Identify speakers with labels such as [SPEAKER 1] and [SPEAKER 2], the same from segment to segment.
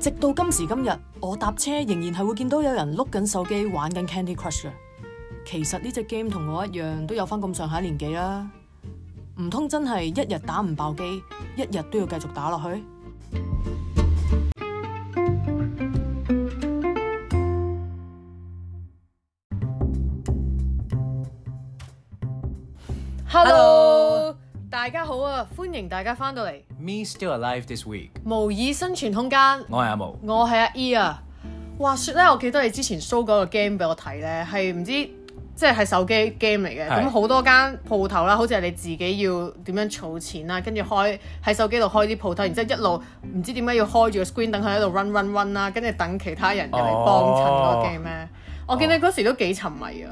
[SPEAKER 1] 直到今時今日，我搭車仍然係會見到有人碌緊手機玩緊 Candy Crush 嘅。其實呢隻 game 同我一樣都有翻咁上下年紀啦，唔通真係一日打唔爆機，一日都要繼續打落去？
[SPEAKER 2] Hello，大家好啊，歡迎大家翻到嚟
[SPEAKER 3] Me still alive this week。
[SPEAKER 2] 無以生存空間，
[SPEAKER 3] 我係阿毛，
[SPEAKER 2] 我係阿 E 啊。話說咧，我記得你之前 show 嗰個 game 俾我睇咧，係唔知即係係手機 game 嚟嘅，
[SPEAKER 3] 係
[SPEAKER 2] 咁好多間鋪頭啦，好似係你自己要點樣儲錢啦，跟住開喺手機度開啲鋪頭，然之後一路唔知點解要開住個 screen 等佢喺度 run run run 啦，跟住等其他人入
[SPEAKER 3] 哦
[SPEAKER 2] 嚟幫襯嗰個 game 咧。我見你嗰時都幾沉迷啊，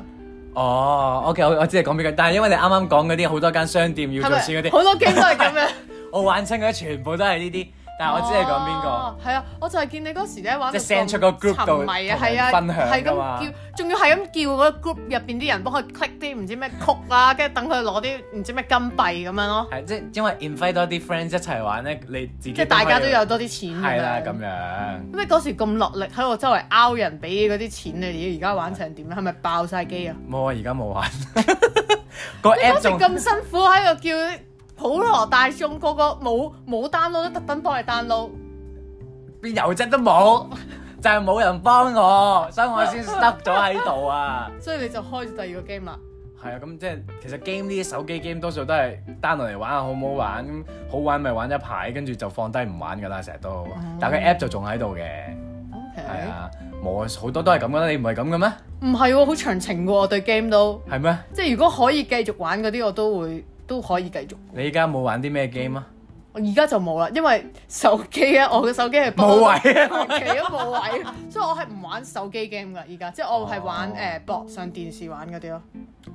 [SPEAKER 3] 哦、o k 我我知你講邊個，但係因為你啱啱講嗰啲好多間商店要
[SPEAKER 2] 係
[SPEAKER 3] 做錢
[SPEAKER 2] 咪？
[SPEAKER 3] 嗰
[SPEAKER 2] 好
[SPEAKER 3] 啲，
[SPEAKER 2] 多 game 都係 咁樣。
[SPEAKER 3] 我玩親嗰啲全部都係呢啲，但啊係我知你講邊個。
[SPEAKER 2] 哦？係啊，我就係見你嗰時咧玩
[SPEAKER 3] 即
[SPEAKER 2] 到
[SPEAKER 3] 係 send
[SPEAKER 2] 咁
[SPEAKER 3] 出個 group 度
[SPEAKER 2] 沉迷啊，
[SPEAKER 3] 同人
[SPEAKER 2] 係啊，
[SPEAKER 3] 分享
[SPEAKER 2] 係
[SPEAKER 3] 㗎嘛
[SPEAKER 2] 咁叫，仲要係咁叫嗰個 group 入邊啲人幫佢 click 啲唔知咩曲啦， 跟住等佢攞啲唔知咩金幣咁樣咯，
[SPEAKER 3] 係即係因為 invite 多啲 friends 一齊玩咧，你自己
[SPEAKER 2] 即係大家都有多啲錢咁樣
[SPEAKER 3] 啊係啦咁。樣。
[SPEAKER 2] 咁你嗰時咁落力喺度周圍拗人俾嗰啲錢你，哋而家玩成點咧？係咪爆晒機啊？
[SPEAKER 3] 冇啊，而家冇 玩。個
[SPEAKER 2] 你嗰
[SPEAKER 3] app
[SPEAKER 2] 時
[SPEAKER 3] 仲
[SPEAKER 2] 咁辛苦喺度叫普羅大眾個個冇冇 download 都特登幫你 download，
[SPEAKER 3] 邊有質都冇，就係冇人幫我，所以我先 stuck 咗喺度啊。
[SPEAKER 2] 所以你就開咗第二個 game 啦。
[SPEAKER 3] 係啊，咁即係其實 game 呢啲手機 game 多數都係 download 嚟玩下好唔好玩，咁好玩咪玩一排，跟住就放低唔玩㗎啦，成日都。但係佢 app 就仲喺度嘅，
[SPEAKER 2] OK，
[SPEAKER 3] 係啊，冇啊，好多都係咁㗎啦，你唔係咁嘅咩？
[SPEAKER 2] 唔係喎，好長情喎，我對 game 都。
[SPEAKER 3] 係咩？
[SPEAKER 2] 即係如果可以繼續玩嗰啲，我都會都可以繼續。
[SPEAKER 3] 你而家冇玩啲咩 game 啊？
[SPEAKER 2] 我而家就冇啦，因為手機咧，我 嘅手機係不
[SPEAKER 3] 冇位啊
[SPEAKER 2] 長期都冇位， 所以我係唔玩手機 game 㗎。而家即係我係玩
[SPEAKER 3] 哦
[SPEAKER 2] 誒博上電視玩嗰啲咯，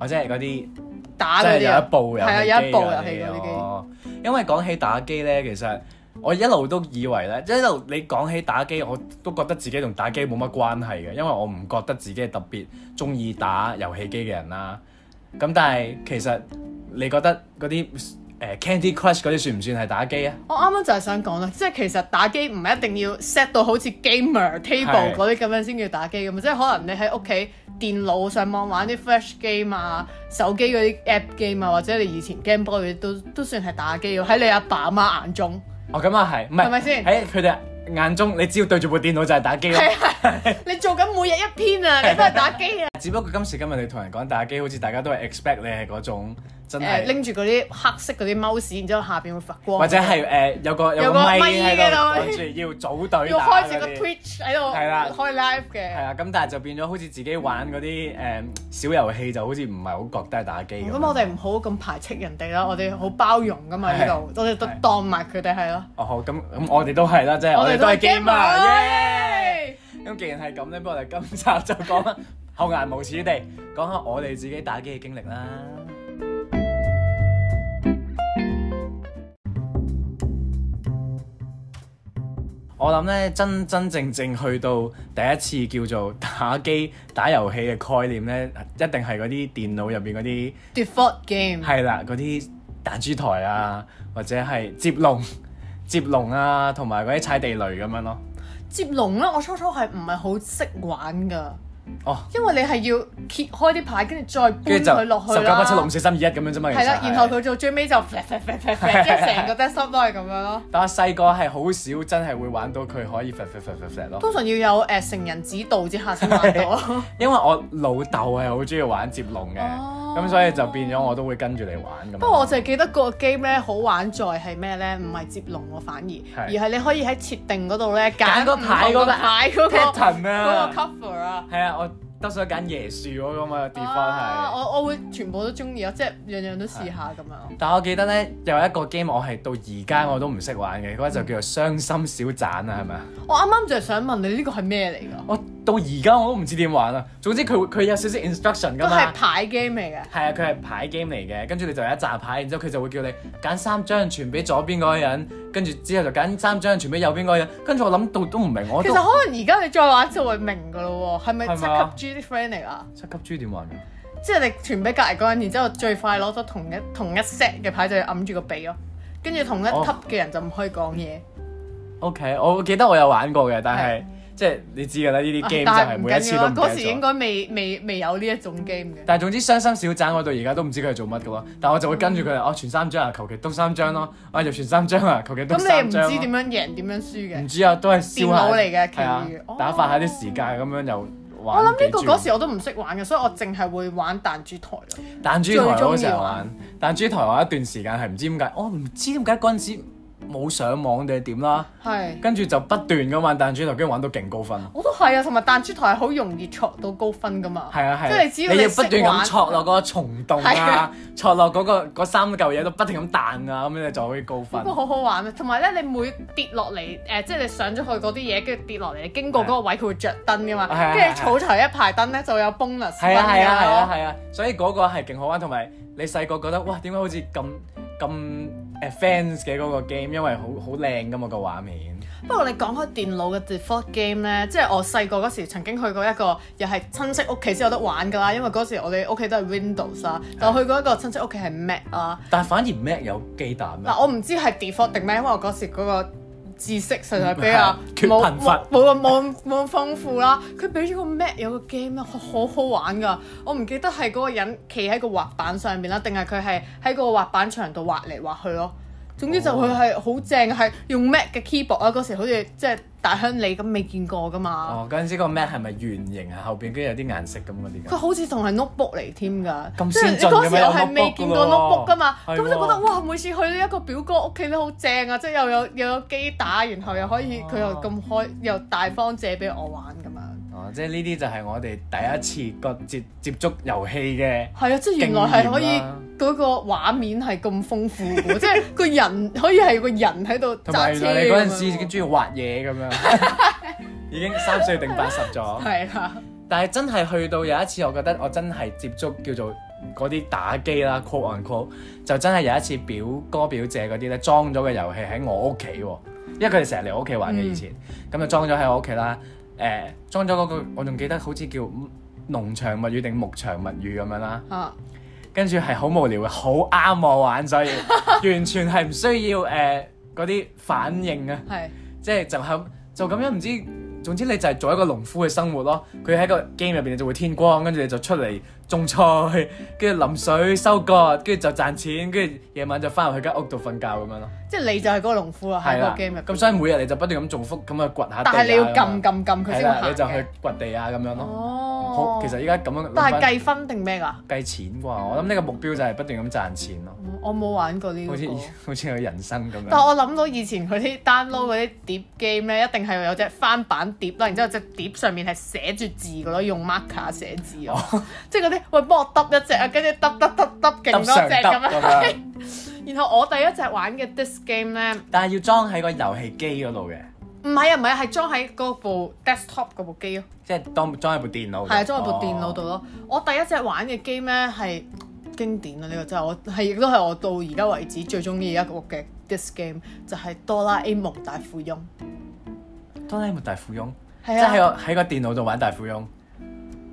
[SPEAKER 3] 我即係嗰啲。
[SPEAKER 2] 打
[SPEAKER 3] 真
[SPEAKER 2] 嗰
[SPEAKER 3] 係
[SPEAKER 2] 啲
[SPEAKER 3] 有
[SPEAKER 2] 啊
[SPEAKER 3] 一部遊戲
[SPEAKER 2] 係啊，有一部遊戲嗰
[SPEAKER 3] 機㗎
[SPEAKER 2] 啲
[SPEAKER 3] 你
[SPEAKER 2] 機。
[SPEAKER 3] 哦因為講起打機咧，其實我一路都以為咧，一路你講起打機，我都覺得自己同打機冇乜關係嘅，因為我唔覺得自己係特別中意打遊戲機嘅人啦。咁但係其實你覺得嗰啲誒 Candy Crush 嗰啲算唔算係打機啊？
[SPEAKER 2] 我啱啱就係想講啦，即係其實打機唔係一定要 set 到好似 gamer
[SPEAKER 3] 係
[SPEAKER 2] table 嗰啲咁樣先叫打機咁，即係可能你喺屋企電腦上網玩啲 flash game 啊、手機嗰啲 app game 啊，或者你以前 Game Boy 嗰啲都都算係打機喎。喺你阿爸阿媽眼 中，
[SPEAKER 3] 哦，咁啊係，唔係
[SPEAKER 2] 係咪先
[SPEAKER 3] 喺佢哋眼中，你只要對住部電腦就係打機咯。
[SPEAKER 2] 啊你做緊每日一篇啊，你都係打機啊。
[SPEAKER 3] 只不過今時今日你同人講打機，好似大家都係 expect 你係嗰種真
[SPEAKER 2] 誒，
[SPEAKER 3] 係。
[SPEAKER 2] 拎住嗰啲黑色嗰啲 mouse，然之後下邊會發光，
[SPEAKER 3] 或者係誒、呃有個有
[SPEAKER 2] 有
[SPEAKER 3] 個
[SPEAKER 2] 個
[SPEAKER 3] 咪
[SPEAKER 2] 咪
[SPEAKER 3] 喺
[SPEAKER 2] 嘅
[SPEAKER 3] 度
[SPEAKER 2] 咯
[SPEAKER 3] 跟住要組隊
[SPEAKER 2] 要
[SPEAKER 3] 打
[SPEAKER 2] 開住
[SPEAKER 3] 嗰
[SPEAKER 2] 個
[SPEAKER 3] 啲
[SPEAKER 2] Twitch 喺度
[SPEAKER 3] 係啦
[SPEAKER 2] 開 live 嘅。
[SPEAKER 3] 係啊，咁但係就變咗好似自己玩嗰啲誒小遊戲，就好似唔係好覺得係打機咁。
[SPEAKER 2] 嗯咁我哋唔好咁排斥人哋啦，我哋好包容噶嘛呢度，我哋都
[SPEAKER 3] 係
[SPEAKER 2] 當埋佢哋係咯。
[SPEAKER 3] 哦好，咁咁我哋都係啦，即係我哋都係 game 啊，耶！咁既然係咁咧，不如我哋今集就講下厚顏無恥地講下我哋自己打機嘅經歷啦。我諗咧，真真正正去到第一次叫做打機打遊戲嘅概念咧，一定係嗰啲電腦入邊嗰啲
[SPEAKER 2] Default game
[SPEAKER 3] 係啦，嗰啲彈珠台啊，或者係接龍、接龍啊，同埋嗰啲踩地雷咁樣咯。
[SPEAKER 2] 接龍咧，我初初係唔係好識玩噶，
[SPEAKER 3] 哦。
[SPEAKER 2] 因為你係要揭開啲牌，跟住再搬
[SPEAKER 3] 跟住就
[SPEAKER 2] 佢落去
[SPEAKER 3] 十九
[SPEAKER 2] 啦。
[SPEAKER 3] 八七六五四三二一咁樣啫嘛，其
[SPEAKER 2] 係
[SPEAKER 3] 實
[SPEAKER 2] 啦，然後佢到最尾就 flat flat flat flat flat，即係成個 desk up 都係咁樣咯。
[SPEAKER 3] 但我細個係好少真係會玩到佢可以 flat flat flat flat flat 咯，
[SPEAKER 2] 通常要有誒成人指導之下先玩到。
[SPEAKER 3] 因為我老豆係好中意玩接龍嘅，
[SPEAKER 2] 哦
[SPEAKER 3] 咁所以就變咗我都會跟住嚟玩咁。
[SPEAKER 2] 不過我就係記得個 game 咧好玩在係咩咧？唔係接龍喎，反而而係你可以喺設定嗰度咧
[SPEAKER 3] 揀
[SPEAKER 2] 揀
[SPEAKER 3] 個
[SPEAKER 2] 唔同
[SPEAKER 3] 牌嗰
[SPEAKER 2] 個
[SPEAKER 3] 個
[SPEAKER 2] 牌嗰個
[SPEAKER 3] pattern
[SPEAKER 2] 嗰
[SPEAKER 3] 啊
[SPEAKER 2] 個，cover 啊。
[SPEAKER 3] 係啊，我得手揀椰樹嗰個嘛地
[SPEAKER 2] 啊
[SPEAKER 3] 方係。
[SPEAKER 2] 我我會全部都中意咯，啊即係樣樣都試下咁樣。
[SPEAKER 3] 但我記得咧有一個 game 我係到而家我都唔識玩嘅，嗰個就叫做傷心小棧啊，係咪啊？
[SPEAKER 2] 我啱啱就係想問你呢個係咩嚟㗎？
[SPEAKER 3] 我到而家我都唔知點玩啊。總之佢會佢有少少 instruction
[SPEAKER 2] 都
[SPEAKER 3] 㗎嘛
[SPEAKER 2] 係。牌 game 嚟嘅。
[SPEAKER 3] 係啊，佢係牌 game 嚟嘅，跟住你就有一扎牌，然之後佢就會叫你揀三張傳俾左邊嗰個人，跟住之後就揀三張傳俾右邊嗰個人，跟住我諗到都唔明，我
[SPEAKER 2] 其
[SPEAKER 3] 都
[SPEAKER 2] 實可能而家你再玩就會明㗎咯喎，係咪
[SPEAKER 3] 係
[SPEAKER 2] 七
[SPEAKER 3] 咪啊
[SPEAKER 2] 級 G 啲 friend 嚟㗎？
[SPEAKER 3] 七級豬點玩啊㗎？
[SPEAKER 2] 即係你傳俾隔離嗰人，然之後最快攞咗同一同一 set 嘅牌就要揞住個鼻咯，跟住同一級
[SPEAKER 3] 哦
[SPEAKER 2] 嘅人就唔可以講嘢。
[SPEAKER 3] OK，我記得我有玩過嘅，但係即係你知㗎啦，呢啲
[SPEAKER 2] 啊
[SPEAKER 3] game
[SPEAKER 2] 但係
[SPEAKER 3] 就係
[SPEAKER 2] 唔
[SPEAKER 3] 每一
[SPEAKER 2] 緊
[SPEAKER 3] 次
[SPEAKER 2] 要
[SPEAKER 3] 都
[SPEAKER 2] 啦
[SPEAKER 3] 唔，記
[SPEAKER 2] 嗰
[SPEAKER 3] 得
[SPEAKER 2] 時應
[SPEAKER 3] 咗。
[SPEAKER 2] 該未未未有呢一種 game 嘅。
[SPEAKER 3] 但係總之傷心小棧我到而家都唔知佢係做乜嘅咯，但我就會跟住佢
[SPEAKER 2] 嗯
[SPEAKER 3] 哋，哦全三張啊，求其篤三張咯，啊又全三張啊，求其篤
[SPEAKER 2] 咁你唔
[SPEAKER 3] 三張咯。
[SPEAKER 2] 知點樣贏點樣輸嘅
[SPEAKER 3] 唔？知啊，都係消下
[SPEAKER 2] 電腦嚟嘅
[SPEAKER 3] 係啊
[SPEAKER 2] 其餘哦，
[SPEAKER 3] 打發下啲時間咁樣又
[SPEAKER 2] 我
[SPEAKER 3] 玩
[SPEAKER 2] 諗
[SPEAKER 3] 幾轉。
[SPEAKER 2] 呢個嗰時我都唔識玩嘅，所以我淨係會玩彈珠台咯。
[SPEAKER 3] 彈珠台
[SPEAKER 2] 最
[SPEAKER 3] 我好
[SPEAKER 2] 中意
[SPEAKER 3] 成日玩
[SPEAKER 2] 玩，
[SPEAKER 3] 彈珠台我一段時間係唔知點解，我唔知點解嗰陣時冇上網定係點啦，
[SPEAKER 2] 係，
[SPEAKER 3] 跟住就不斷咁玩彈珠台，跟住玩到勁高分。
[SPEAKER 2] 我都係啊，同埋彈珠台係好容易錯到高分噶嘛。
[SPEAKER 3] 係啊係
[SPEAKER 2] 即係
[SPEAKER 3] 啊
[SPEAKER 2] 你只要，
[SPEAKER 3] 要
[SPEAKER 2] 識
[SPEAKER 3] 不斷
[SPEAKER 2] 玩
[SPEAKER 3] 咁戳落嗰個蟲洞
[SPEAKER 2] 係
[SPEAKER 3] 啊
[SPEAKER 2] 啊，
[SPEAKER 3] 戳落嗰個嗰三嚿嘢都不停咁彈啊，咁樣你就可以高分
[SPEAKER 2] 不過。好好玩啊！同埋咧，你每跌落嚟，誒、即係你上咗去嗰啲嘢，跟住跌落嚟，你經過嗰個位，佢會着燈噶嘛
[SPEAKER 3] 係啊係啊。
[SPEAKER 2] 跟住草頭一排燈咧，就有 bonus 分
[SPEAKER 3] 係啊係啊係啊
[SPEAKER 2] 㗎咯。
[SPEAKER 3] 係啊，所以嗰個係勁好玩，同埋你細個覺得哇點解好似咁咁 advanced 嘅嗰個 game，因為好好靚噶嘛個畫面。
[SPEAKER 2] 不過你講開電腦嘅 default game 咧，即係我細個嗰時曾經去過一個，又係親戚屋企先有得玩㗎啦。因為嗰時我哋屋企都係 Windows 啦，但我去過一個親戚屋企係 Mac 啊。
[SPEAKER 3] 但反而 Mac 有機蛋咩？
[SPEAKER 2] 嗱，我唔知係 default 定咩，因為我嗰時嗰個知識實在比較
[SPEAKER 3] 嗯係 缺
[SPEAKER 2] 冇
[SPEAKER 3] 貧乏
[SPEAKER 2] 冇冇咁冇咁冇咁豐富啦。佢俾咗個 Mac 有個 game 咧，好好好玩噶。我唔記得係嗰個人企喺個滑板上面啦，定係佢係喺個滑板場度滑嚟滑去咯。總之就佢
[SPEAKER 3] 哦
[SPEAKER 2] 係好正，係用 Mac 嘅 keyboard 啊！嗰時好似即係大鄉里咁未見過噶嘛。
[SPEAKER 3] 哦，嗰陣時個 Mac 係咪圓形啊？後邊跟住有啲顏色咁嗰啲
[SPEAKER 2] 佢
[SPEAKER 3] 㗎。
[SPEAKER 2] 好似仲係 notebook 嚟添㗎，
[SPEAKER 3] 咁
[SPEAKER 2] 即係
[SPEAKER 3] 先
[SPEAKER 2] 你
[SPEAKER 3] 進
[SPEAKER 2] 嗰
[SPEAKER 3] 嘅
[SPEAKER 2] 時
[SPEAKER 3] 咩
[SPEAKER 2] 我
[SPEAKER 3] 有
[SPEAKER 2] 係
[SPEAKER 3] notebook
[SPEAKER 2] 未見過
[SPEAKER 3] 㗎喎
[SPEAKER 2] notebook 㗎嘛，
[SPEAKER 3] 係
[SPEAKER 2] 咁就覺得
[SPEAKER 3] 喎
[SPEAKER 2] 哇，每次去呢一個表哥屋企咧好正啊，即係又有又有機打，然後又可以
[SPEAKER 3] 哦
[SPEAKER 2] 佢又咁開，又大方借俾我玩咁樣。
[SPEAKER 3] 哦，即係呢啲就係我哋第一次個接接觸遊戲嘅。
[SPEAKER 2] 係啊，即係原來係可以 嗰個畫面係咁豐富嘅，即係個人可以係個人喺度
[SPEAKER 3] 同
[SPEAKER 2] 揸
[SPEAKER 3] 埋原
[SPEAKER 2] 車
[SPEAKER 3] 來你嗰陣時已
[SPEAKER 2] 咁樣
[SPEAKER 3] 經
[SPEAKER 2] 喎
[SPEAKER 3] 中意畫嘢咁樣， 已經三歲定八十咗。
[SPEAKER 2] 係啦，
[SPEAKER 3] 但係真係去到有一次，我覺得我真係接觸叫做嗰啲打機啦，quote on quote，就真係有一次表哥表姐嗰啲咧裝咗個遊戲喺我屋企喎，因為佢哋成日嚟我屋企玩嘅以前，咁就裝咗喺我屋企啦。誒、裝咗嗰、個我仲記得好似叫農場物語定牧場物語咁樣啦，
[SPEAKER 2] 啊
[SPEAKER 3] 跟住係好無聊嘅，好啱我玩，所以完全係唔需要誒嗰啲反應啊。
[SPEAKER 2] 係
[SPEAKER 3] 即係就係就咁樣唔知，總之你就係做一個農夫嘅生活咯。佢喺個 game 入邊你就會天光，跟住你就出嚟種菜， 跟住淋水收割，跟住就賺錢，跟住夜晚就翻入去間屋度瞓覺咁樣咯。
[SPEAKER 2] 即係你就係嗰個農夫啊，喺
[SPEAKER 3] 係
[SPEAKER 2] 個
[SPEAKER 3] 啦，
[SPEAKER 2] game 入邊
[SPEAKER 3] 咁所以每日你就不斷咁重複咁去掘下地啊
[SPEAKER 2] 但係你要
[SPEAKER 3] 咁
[SPEAKER 2] 撳
[SPEAKER 3] 樣
[SPEAKER 2] 撳撳佢
[SPEAKER 3] 係
[SPEAKER 2] 先會
[SPEAKER 3] 啦，
[SPEAKER 2] 行
[SPEAKER 3] 你就去
[SPEAKER 2] 嘅。
[SPEAKER 3] 掘地啊咁樣咯。
[SPEAKER 2] 哦
[SPEAKER 3] 好，，其實依家咁樣
[SPEAKER 2] 但
[SPEAKER 3] 諗
[SPEAKER 2] 係
[SPEAKER 3] 翻
[SPEAKER 2] 計分定咩㗎？
[SPEAKER 3] 計錢啩，我諗呢個目標就係不斷咁賺錢咯，
[SPEAKER 2] 我冇玩過呢個
[SPEAKER 3] 好似 好似佢人生咁
[SPEAKER 2] 但
[SPEAKER 3] 樣。
[SPEAKER 2] 我諗到以前嗰啲 download 嗰啲碟 game 咧，一定係有隻翻版碟啦，然之後隻碟上面係寫住字噶咯，用 marker 寫字咯，
[SPEAKER 3] 哦
[SPEAKER 2] 即係嗰啲喂幫我揼一隻啊，跟住揼揼揼揼勁多隻咁啊
[SPEAKER 3] 咁樣
[SPEAKER 2] 樣。， 然後我第一隻玩嘅 disc game 咧，
[SPEAKER 3] 但係要裝喺個遊戲機嗰度嘅。
[SPEAKER 2] 唔係啊唔係啊，係裝喺嗰部 desktop 嗰部機咯，
[SPEAKER 3] 即係當裝喺部電腦度。
[SPEAKER 2] 係啊裝喺部電腦
[SPEAKER 3] 哦
[SPEAKER 2] 度。咯。我第一隻玩嘅 game 咧係經典啊，呢個真係我係亦都係我到而家為止最中意一個嘅 disc game 就係哆啦 A 夢大富翁。
[SPEAKER 3] 哆啦 A 夢大富翁，即
[SPEAKER 2] 係
[SPEAKER 3] 係
[SPEAKER 2] 啊
[SPEAKER 3] 喺。個喺個電腦度玩大富翁，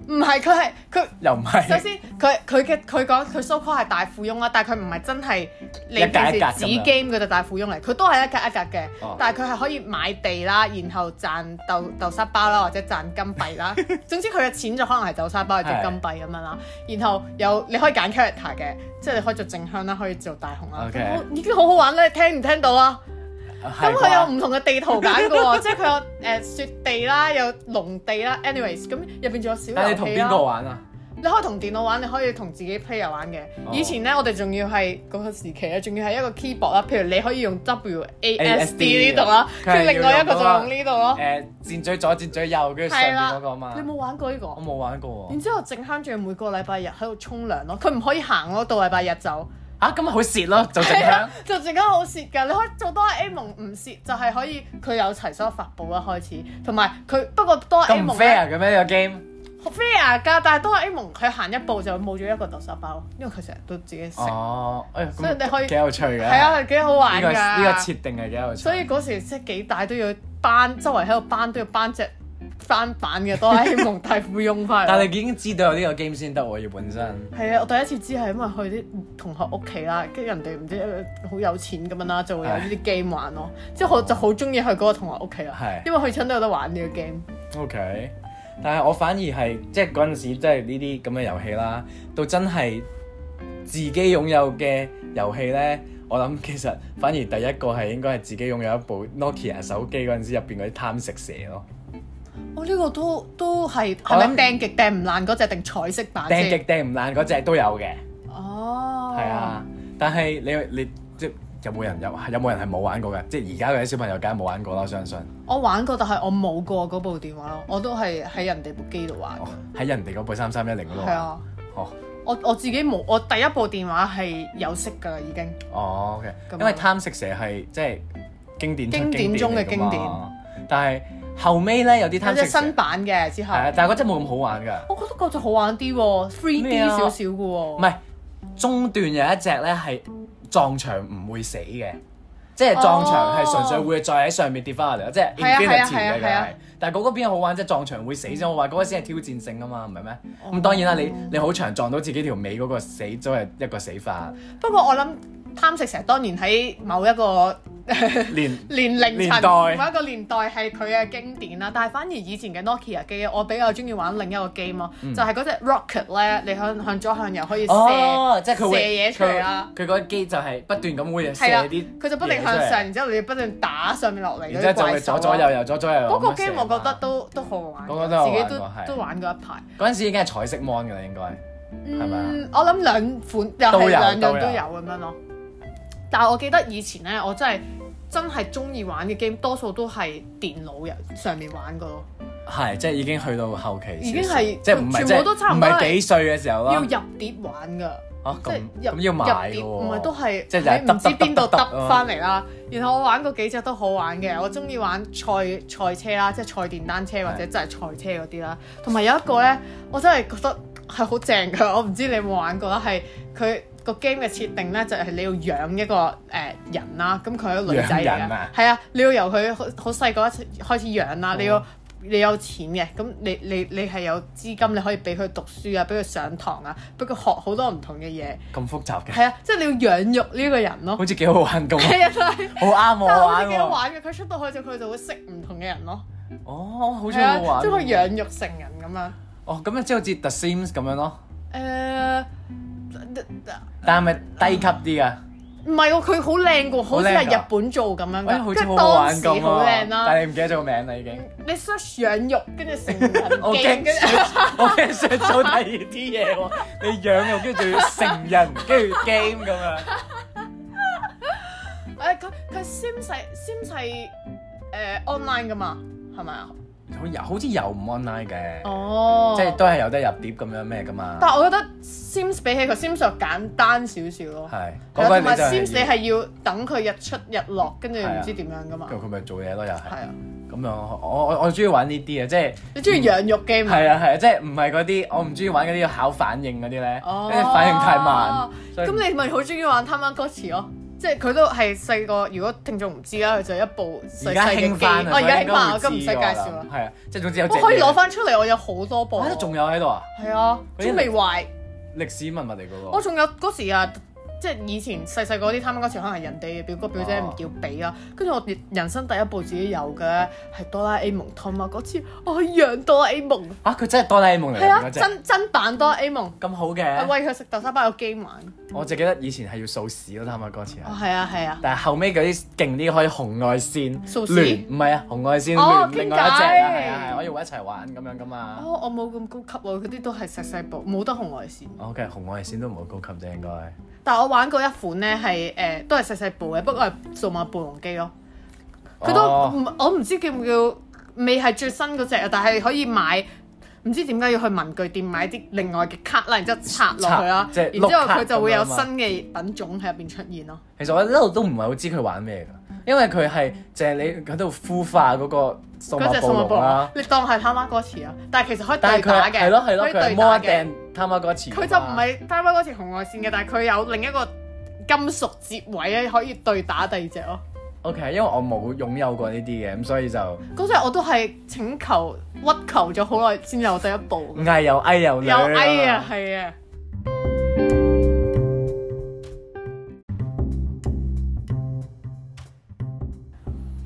[SPEAKER 2] 唔係佢係佢。
[SPEAKER 3] 又唔
[SPEAKER 2] 首
[SPEAKER 3] 係。
[SPEAKER 2] 先，佢佢嘅佢講佢 so call 係大富翁啦，但係佢唔係真係你
[SPEAKER 3] 一格
[SPEAKER 2] 平
[SPEAKER 3] 一
[SPEAKER 2] 時
[SPEAKER 3] 格咁
[SPEAKER 2] 紙
[SPEAKER 3] 樣
[SPEAKER 2] game 嗰隻大富翁嚟，佢都係一格一格嘅，
[SPEAKER 3] 哦
[SPEAKER 2] 但係佢係可以買地啦，然後賺豆豆沙包啦，或者賺金幣 啦。總之佢嘅錢就可能係豆沙包或者
[SPEAKER 3] 係
[SPEAKER 2] 金幣咁樣啦。然後有你可以揀 character 嘅，即係你可以做正香啦，可以做大雄啦
[SPEAKER 3] OK
[SPEAKER 2] 咁好已經好好玩啦，你聽唔聽到啊？咁
[SPEAKER 3] 咁
[SPEAKER 2] 佢有唔同嘅地圖揀嘅 喎，即係佢有誒、雪地啦，有農地啦，anyways，咁入邊仲有小
[SPEAKER 3] 但係
[SPEAKER 2] 遊
[SPEAKER 3] 你同
[SPEAKER 2] 戲
[SPEAKER 3] 邊
[SPEAKER 2] 啦。
[SPEAKER 3] 個玩啊？
[SPEAKER 2] 你可以同電腦玩，你可以同自己 player 玩嘅。
[SPEAKER 3] 哦
[SPEAKER 2] 以前咧，我哋仲要係嗰個時期咧，仲要係一個 keyboard 啦，譬如你可以用 W A S D 呢度啦，
[SPEAKER 3] 佢
[SPEAKER 2] 跟
[SPEAKER 3] 係
[SPEAKER 2] 住另外一個
[SPEAKER 3] 要
[SPEAKER 2] 就
[SPEAKER 3] 用嗰個
[SPEAKER 2] 用呢度咯。
[SPEAKER 3] 誒，箭嘴左，箭嘴右，跟住上
[SPEAKER 2] 哦係
[SPEAKER 3] 面
[SPEAKER 2] 啦
[SPEAKER 3] 嗰個嘛
[SPEAKER 2] 你。冇玩過呢
[SPEAKER 3] 我
[SPEAKER 2] 個？
[SPEAKER 3] 冇玩過喎。
[SPEAKER 2] 然之後，靜香仲要每個禮拜日喺度沖涼咯，佢唔可以行咯，到禮拜日就
[SPEAKER 3] 啊，咁咪好蝕咯，就咁樣。
[SPEAKER 2] 就陣間好蝕㗎。你可以做哆啦 A 夢唔蝕，就係可以佢有齊所有法寶啦開始，同埋佢不過哆啦 A
[SPEAKER 3] 咁唔
[SPEAKER 2] 夢
[SPEAKER 3] fair 啊
[SPEAKER 2] 咧
[SPEAKER 3] 嘅咩？呢個 game
[SPEAKER 2] 好 fair 㗎，但係哆啦 A 夢佢行一步就冇咗一個豆沙包，因為佢成日都自己食。
[SPEAKER 3] 哦，哎呀，
[SPEAKER 2] 所以你可以
[SPEAKER 3] 咁幾有趣嘅。
[SPEAKER 2] 係啊，幾好
[SPEAKER 3] 呢
[SPEAKER 2] 玩
[SPEAKER 3] 個
[SPEAKER 2] 㗎。
[SPEAKER 3] 呢個設定係幾有趣。
[SPEAKER 2] 所以嗰時即係幾大都要班，周圍喺度班都要班隻翻版嘅，都係希望大富翁翻嚟。
[SPEAKER 3] 但係你已經知道有呢個 game 先得喎，要本身。
[SPEAKER 2] 係啊，我第一次知係因為去啲同學屋企啦，跟住人哋唔知呃好有錢咁樣啦，就會有呢啲 game 玩咯。之後我就好中意去嗰個同學屋企啦
[SPEAKER 3] 係，
[SPEAKER 2] 因為去親都有得玩呢個 game。
[SPEAKER 3] OK，但係我反而係即係嗰陣時，即係呢啲咁嘅遊戲啦，到真係自己擁有嘅遊戲呢，我諗其實反而第一個係應該係自己擁有一部 Nokia 手機嗰陣時入邊嗰啲貪食蛇咯，
[SPEAKER 2] 我哦呢個都都係
[SPEAKER 3] 我
[SPEAKER 2] 係
[SPEAKER 3] 諗
[SPEAKER 2] 咪掟極掟唔爛嗰只定彩色版
[SPEAKER 3] 掟極
[SPEAKER 2] 先？
[SPEAKER 3] 掟唔爛嗰只都有嘅，
[SPEAKER 2] 哦，
[SPEAKER 3] 係啊，但係你你即係有冇人有有冇人係冇玩過嘅？即係而家嗰啲小朋友梗係冇玩過啦，我相信
[SPEAKER 2] 我玩過，但係我冇過嗰部電話咯，我都係喺人哋部機度玩
[SPEAKER 3] 哦。喺人哋嗰部三三一零嗰度
[SPEAKER 2] 係
[SPEAKER 3] 玩。
[SPEAKER 2] 啊，
[SPEAKER 3] 哦
[SPEAKER 2] 我我自己冇，我第一部電話係有色㗎啦，已經。
[SPEAKER 3] 哦，OK，
[SPEAKER 2] 咁
[SPEAKER 3] 因為
[SPEAKER 2] 樣
[SPEAKER 3] 貪食蛇係即係經典出
[SPEAKER 2] 經典中嘅
[SPEAKER 3] 嚟㗎
[SPEAKER 2] 經
[SPEAKER 3] 嘛，但係後尾咧有啲
[SPEAKER 2] 有
[SPEAKER 3] 貪
[SPEAKER 2] 隻
[SPEAKER 3] 食蛇
[SPEAKER 2] 新版嘅之後
[SPEAKER 3] 係，啊，但係嗰隻冇咁好玩㗎。
[SPEAKER 2] 我覺得嗰隻好玩啲喎，three D
[SPEAKER 3] 咩啊
[SPEAKER 2] 少少嘅喎。
[SPEAKER 3] 唔係中段有一隻咧係撞牆唔會死嘅，即係撞牆係純粹會再喺上面跌翻落嚟，即係
[SPEAKER 2] 哦係啊係啊
[SPEAKER 3] infinity
[SPEAKER 2] 係啊
[SPEAKER 3] 嘅佢
[SPEAKER 2] 係啊
[SPEAKER 3] 係。但係嗰個邊有好玩，即係撞牆會死先好玩，嗰個先係挑戰性啊嘛，唔係咩？
[SPEAKER 2] 哦
[SPEAKER 3] 咁當然啦，你你好長撞到自己條尾嗰個死都係一個死法，
[SPEAKER 2] 不過我諗貪食蛇當然喺某一個
[SPEAKER 3] 連
[SPEAKER 2] 年齡
[SPEAKER 3] 年
[SPEAKER 2] 層、
[SPEAKER 3] 代
[SPEAKER 2] 某一個年代係佢嘅經典啦。但係反而以前嘅 Nokia 機，我比較中意玩另一個 game 咯，
[SPEAKER 3] 嗯
[SPEAKER 2] 就係嗰隻 Rocket 咧，你向向左向右可以射
[SPEAKER 3] 哦，即係佢
[SPEAKER 2] 射
[SPEAKER 3] 會
[SPEAKER 2] 嘢出嚟啦。
[SPEAKER 3] 佢佢嗰個機就係不斷咁會射
[SPEAKER 2] 係啦
[SPEAKER 3] 啲，，
[SPEAKER 2] 佢就不停向上，，然之後你不斷打上面落嚟嗰
[SPEAKER 3] 然之後
[SPEAKER 2] 啲
[SPEAKER 3] 就
[SPEAKER 2] 怪
[SPEAKER 3] 會
[SPEAKER 2] 獸
[SPEAKER 3] 左
[SPEAKER 2] 咯。
[SPEAKER 3] 左右右左左右右。
[SPEAKER 2] 嗰個
[SPEAKER 3] 咁樣
[SPEAKER 2] game
[SPEAKER 3] 射
[SPEAKER 2] 我
[SPEAKER 3] 啊
[SPEAKER 2] 覺得
[SPEAKER 3] 嘛
[SPEAKER 2] 都都好玩
[SPEAKER 3] 嗰個
[SPEAKER 2] 嘅，
[SPEAKER 3] 都有
[SPEAKER 2] 自己
[SPEAKER 3] 玩過係
[SPEAKER 2] 都都玩過一排。
[SPEAKER 3] 嗰陣時已經係彩色 mon 㗎啦，應該係咪啊
[SPEAKER 2] 嗯，我諗兩款又
[SPEAKER 3] 都有
[SPEAKER 2] 係兩樣
[SPEAKER 3] 都有
[SPEAKER 2] 都有咁樣咯。但係我記得以前咧，我真係真係中意玩嘅 game，多數都係電腦入上面玩嘅咯。
[SPEAKER 3] 係即係已經去到後期少少，
[SPEAKER 2] 已經係
[SPEAKER 3] 即係唔係
[SPEAKER 2] 全
[SPEAKER 3] 即
[SPEAKER 2] 部都差
[SPEAKER 3] 係
[SPEAKER 2] 唔
[SPEAKER 3] 唔
[SPEAKER 2] 多係
[SPEAKER 3] 係幾歲嘅時候
[SPEAKER 2] 要
[SPEAKER 3] 啦。
[SPEAKER 2] 入碟玩㗎，
[SPEAKER 3] 啊
[SPEAKER 2] 即
[SPEAKER 3] 咁
[SPEAKER 2] 係入
[SPEAKER 3] 啊咁要買
[SPEAKER 2] 入
[SPEAKER 3] 㗎
[SPEAKER 2] 碟，
[SPEAKER 3] 喎，
[SPEAKER 2] 唔係都係
[SPEAKER 3] 即係就係
[SPEAKER 2] 喺唔知
[SPEAKER 3] 揼揼
[SPEAKER 2] 邊度
[SPEAKER 3] 揼揼
[SPEAKER 2] 揼翻嚟啦。然後我玩過幾隻都好玩
[SPEAKER 3] 嗯
[SPEAKER 2] 嘅，我中意玩賽賽車啦，即係賽電單車或者真係賽車嗰啲啦。同埋有一個咧，
[SPEAKER 3] 嗯
[SPEAKER 2] 我真係覺得係好正㗎， 我唔知你有冇玩過啦，係佢。個 game 嘅設定咧就係、你要養一個誒、呃人啦，咁佢係一個女仔嚟
[SPEAKER 3] 養人啊哦
[SPEAKER 2] 嘅，係啊，你要由佢好好細個一齊開始養啦，你要你有錢嘅，咁你你你係有資金，你可以俾佢讀書啊，俾佢上堂啊，俾佢學好多唔同嘅嘢，
[SPEAKER 3] 咁複雜嘅，
[SPEAKER 2] 係啊，即係你要養育呢個人咯，
[SPEAKER 3] 好似幾好玩咁喎，
[SPEAKER 2] 係啊，真係。
[SPEAKER 3] 好啱我
[SPEAKER 2] 但係我覺
[SPEAKER 3] 玩
[SPEAKER 2] 得幾好
[SPEAKER 3] 喎。
[SPEAKER 2] 玩嘅，佢出到去就佢就會識唔同嘅人咯，
[SPEAKER 3] 哦，好似
[SPEAKER 2] 係
[SPEAKER 3] 好好
[SPEAKER 2] 啊，
[SPEAKER 3] 玩
[SPEAKER 2] 即係佢
[SPEAKER 3] 喎。
[SPEAKER 2] 養育成人咁樣。
[SPEAKER 3] 哦，咁即係好似 The Sims 咁樣咯，
[SPEAKER 2] 誒，
[SPEAKER 3] 但係咪低級啲㗎？
[SPEAKER 2] 唔係喎，佢好靚嘅喎，好似
[SPEAKER 3] 好靚㗎
[SPEAKER 2] 係日本做咁樣
[SPEAKER 3] 喂，
[SPEAKER 2] 㗎，
[SPEAKER 3] 好
[SPEAKER 2] 跟
[SPEAKER 3] 似
[SPEAKER 2] 住
[SPEAKER 3] 好好
[SPEAKER 2] 當
[SPEAKER 3] 玩
[SPEAKER 2] 時
[SPEAKER 3] 咁
[SPEAKER 2] 好
[SPEAKER 3] 啊！
[SPEAKER 2] 靚
[SPEAKER 3] 但
[SPEAKER 2] 啦。
[SPEAKER 3] 係你唔記得咗個名啦已經。
[SPEAKER 2] 你 search 養育跟住成人
[SPEAKER 3] 我驚
[SPEAKER 2] 機， 跟住
[SPEAKER 3] 我驚想做第二啲嘢喎，你養又跟住仲要成人，跟住 game 咁樣。
[SPEAKER 2] 誒佢佢 Sim 係 Sim 係誒 online 噶嘛，係咪啊？
[SPEAKER 3] 好有好似有唔 online 嘅，
[SPEAKER 2] 哦
[SPEAKER 3] 即係都係有得入碟咁樣咩噶嘛。
[SPEAKER 2] 但係我覺得 Sims 比起佢 Sims 就簡單少少咯，係
[SPEAKER 3] 係
[SPEAKER 2] 啊
[SPEAKER 3] 嗰個
[SPEAKER 2] 同
[SPEAKER 3] 你
[SPEAKER 2] 埋
[SPEAKER 3] 就
[SPEAKER 2] Sims 你
[SPEAKER 3] 係
[SPEAKER 2] 係要等佢日出日落，跟住
[SPEAKER 3] 係啊
[SPEAKER 2] 唔知點樣噶嘛
[SPEAKER 3] 要，，佢咪做嘢咯又
[SPEAKER 2] 係
[SPEAKER 3] 係。
[SPEAKER 2] 啊，
[SPEAKER 3] 咁樣我我我中意玩呢啲啊，即係
[SPEAKER 2] 你中意養育 game
[SPEAKER 3] 係啊係啊，即係唔係嗰啲我唔中意玩嗰啲要考反應嗰啲咧，
[SPEAKER 2] 哦
[SPEAKER 3] 因為反應太慢。所以
[SPEAKER 2] 咁你咪好中意玩 Tamagotchi 咯？即係佢都係細個，如果聽眾唔知啦，佢就一部細
[SPEAKER 3] 而家
[SPEAKER 2] 細
[SPEAKER 3] 興
[SPEAKER 2] 嘅機，哦
[SPEAKER 3] 翻啊，
[SPEAKER 2] 我而家興翻，我
[SPEAKER 3] 所
[SPEAKER 2] 今唔
[SPEAKER 3] 以
[SPEAKER 2] 使
[SPEAKER 3] 應
[SPEAKER 2] 介
[SPEAKER 3] 該會知
[SPEAKER 2] 紹
[SPEAKER 3] 㗎
[SPEAKER 2] 啦
[SPEAKER 3] 啦。。係啊，即係總之有隻
[SPEAKER 2] 我可以攞
[SPEAKER 3] 嘢
[SPEAKER 2] 翻出嚟，我有好多部
[SPEAKER 3] 啊，。仲有喺度啊，
[SPEAKER 2] 係啊，
[SPEAKER 3] 嗰啲
[SPEAKER 2] 仲未壞。
[SPEAKER 3] 歷史文物嚟嘅
[SPEAKER 2] 我
[SPEAKER 3] 喎。
[SPEAKER 2] 仲有嗰時啊，即係以前細細個啲貪嗰時，可能人哋嘅表哥表姐唔叫俾啦。跟住我人生第一部自己有嘅係哆啦 A 夢湯啊！嗰次我去養哆啦 A 夢，
[SPEAKER 3] 啊，佢真係哆啦 A 夢嚟
[SPEAKER 2] 係
[SPEAKER 3] 㗎
[SPEAKER 2] 啊，
[SPEAKER 3] 嗰隻，
[SPEAKER 2] 真真版哆啦 A 夢。
[SPEAKER 3] 咁好
[SPEAKER 2] 啊
[SPEAKER 3] 嘅。
[SPEAKER 2] 喂，佢食豆沙包有機玩，
[SPEAKER 3] 我就記得以前係要掃屎咯，貪下嗰次哦
[SPEAKER 2] 哦
[SPEAKER 3] 係
[SPEAKER 2] 係啊係啊，
[SPEAKER 3] 但係後尾嗰啲勁啲可以紅外線
[SPEAKER 2] 掃
[SPEAKER 3] 聯
[SPEAKER 2] 屎，
[SPEAKER 3] 唔係啊紅外線
[SPEAKER 2] 哦
[SPEAKER 3] 聯另外一隻
[SPEAKER 2] 傾
[SPEAKER 3] 啊，
[SPEAKER 2] 偈
[SPEAKER 3] 係啊係可以一齊玩咁樣噶嘛。
[SPEAKER 2] 哦我冇咁高級喎，嗰啲都係細細部，冇得紅外線。
[SPEAKER 3] 哦 OK，紅外線都唔好高級啫，應該。
[SPEAKER 2] 但我玩過一款咧係誒都係細細部嘅，不過係數碼暴龍機咯。佢都
[SPEAKER 3] 哦
[SPEAKER 2] 唔我唔知叫唔叫，未係最新嗰只啊，但係可以買。唔知點解要去文具店買啲另外嘅卡啦，然之後插落去啦，
[SPEAKER 3] 插即係
[SPEAKER 2] 然之後
[SPEAKER 3] 碌卡
[SPEAKER 2] 佢就會有
[SPEAKER 3] 咁樣
[SPEAKER 2] 新
[SPEAKER 3] 啊
[SPEAKER 2] 嘅品種喺入邊出現咯。
[SPEAKER 3] 其實我一路都唔係好知佢玩咩㗎，因為佢係就係你喺度孵化嗰個數
[SPEAKER 2] 嗰隻
[SPEAKER 3] 碼暴龍
[SPEAKER 2] 龍
[SPEAKER 3] 啦，，
[SPEAKER 2] 你當係他媽哥池啊，但係其實可以對
[SPEAKER 3] 但係佢
[SPEAKER 2] 打
[SPEAKER 3] 係係
[SPEAKER 2] 嘅，
[SPEAKER 3] 咯係咯，
[SPEAKER 2] 可以
[SPEAKER 3] 佢係
[SPEAKER 2] 對
[SPEAKER 3] 摩
[SPEAKER 2] 打
[SPEAKER 3] 掟
[SPEAKER 2] 嘅。
[SPEAKER 3] 他媽嗰次，
[SPEAKER 2] 佢就唔係他媽哥池紅外線嘅，但係佢有另一個金屬接位咧，可以對打第二隻咯。
[SPEAKER 3] OK，因為我冇擁有過呢啲嘅，咁所以就
[SPEAKER 2] 嗰陣我都係請求屈求咗好耐先有第一步，
[SPEAKER 3] 嗌又嗌又女
[SPEAKER 2] 有
[SPEAKER 3] 嘛
[SPEAKER 2] 哎啊，係啊。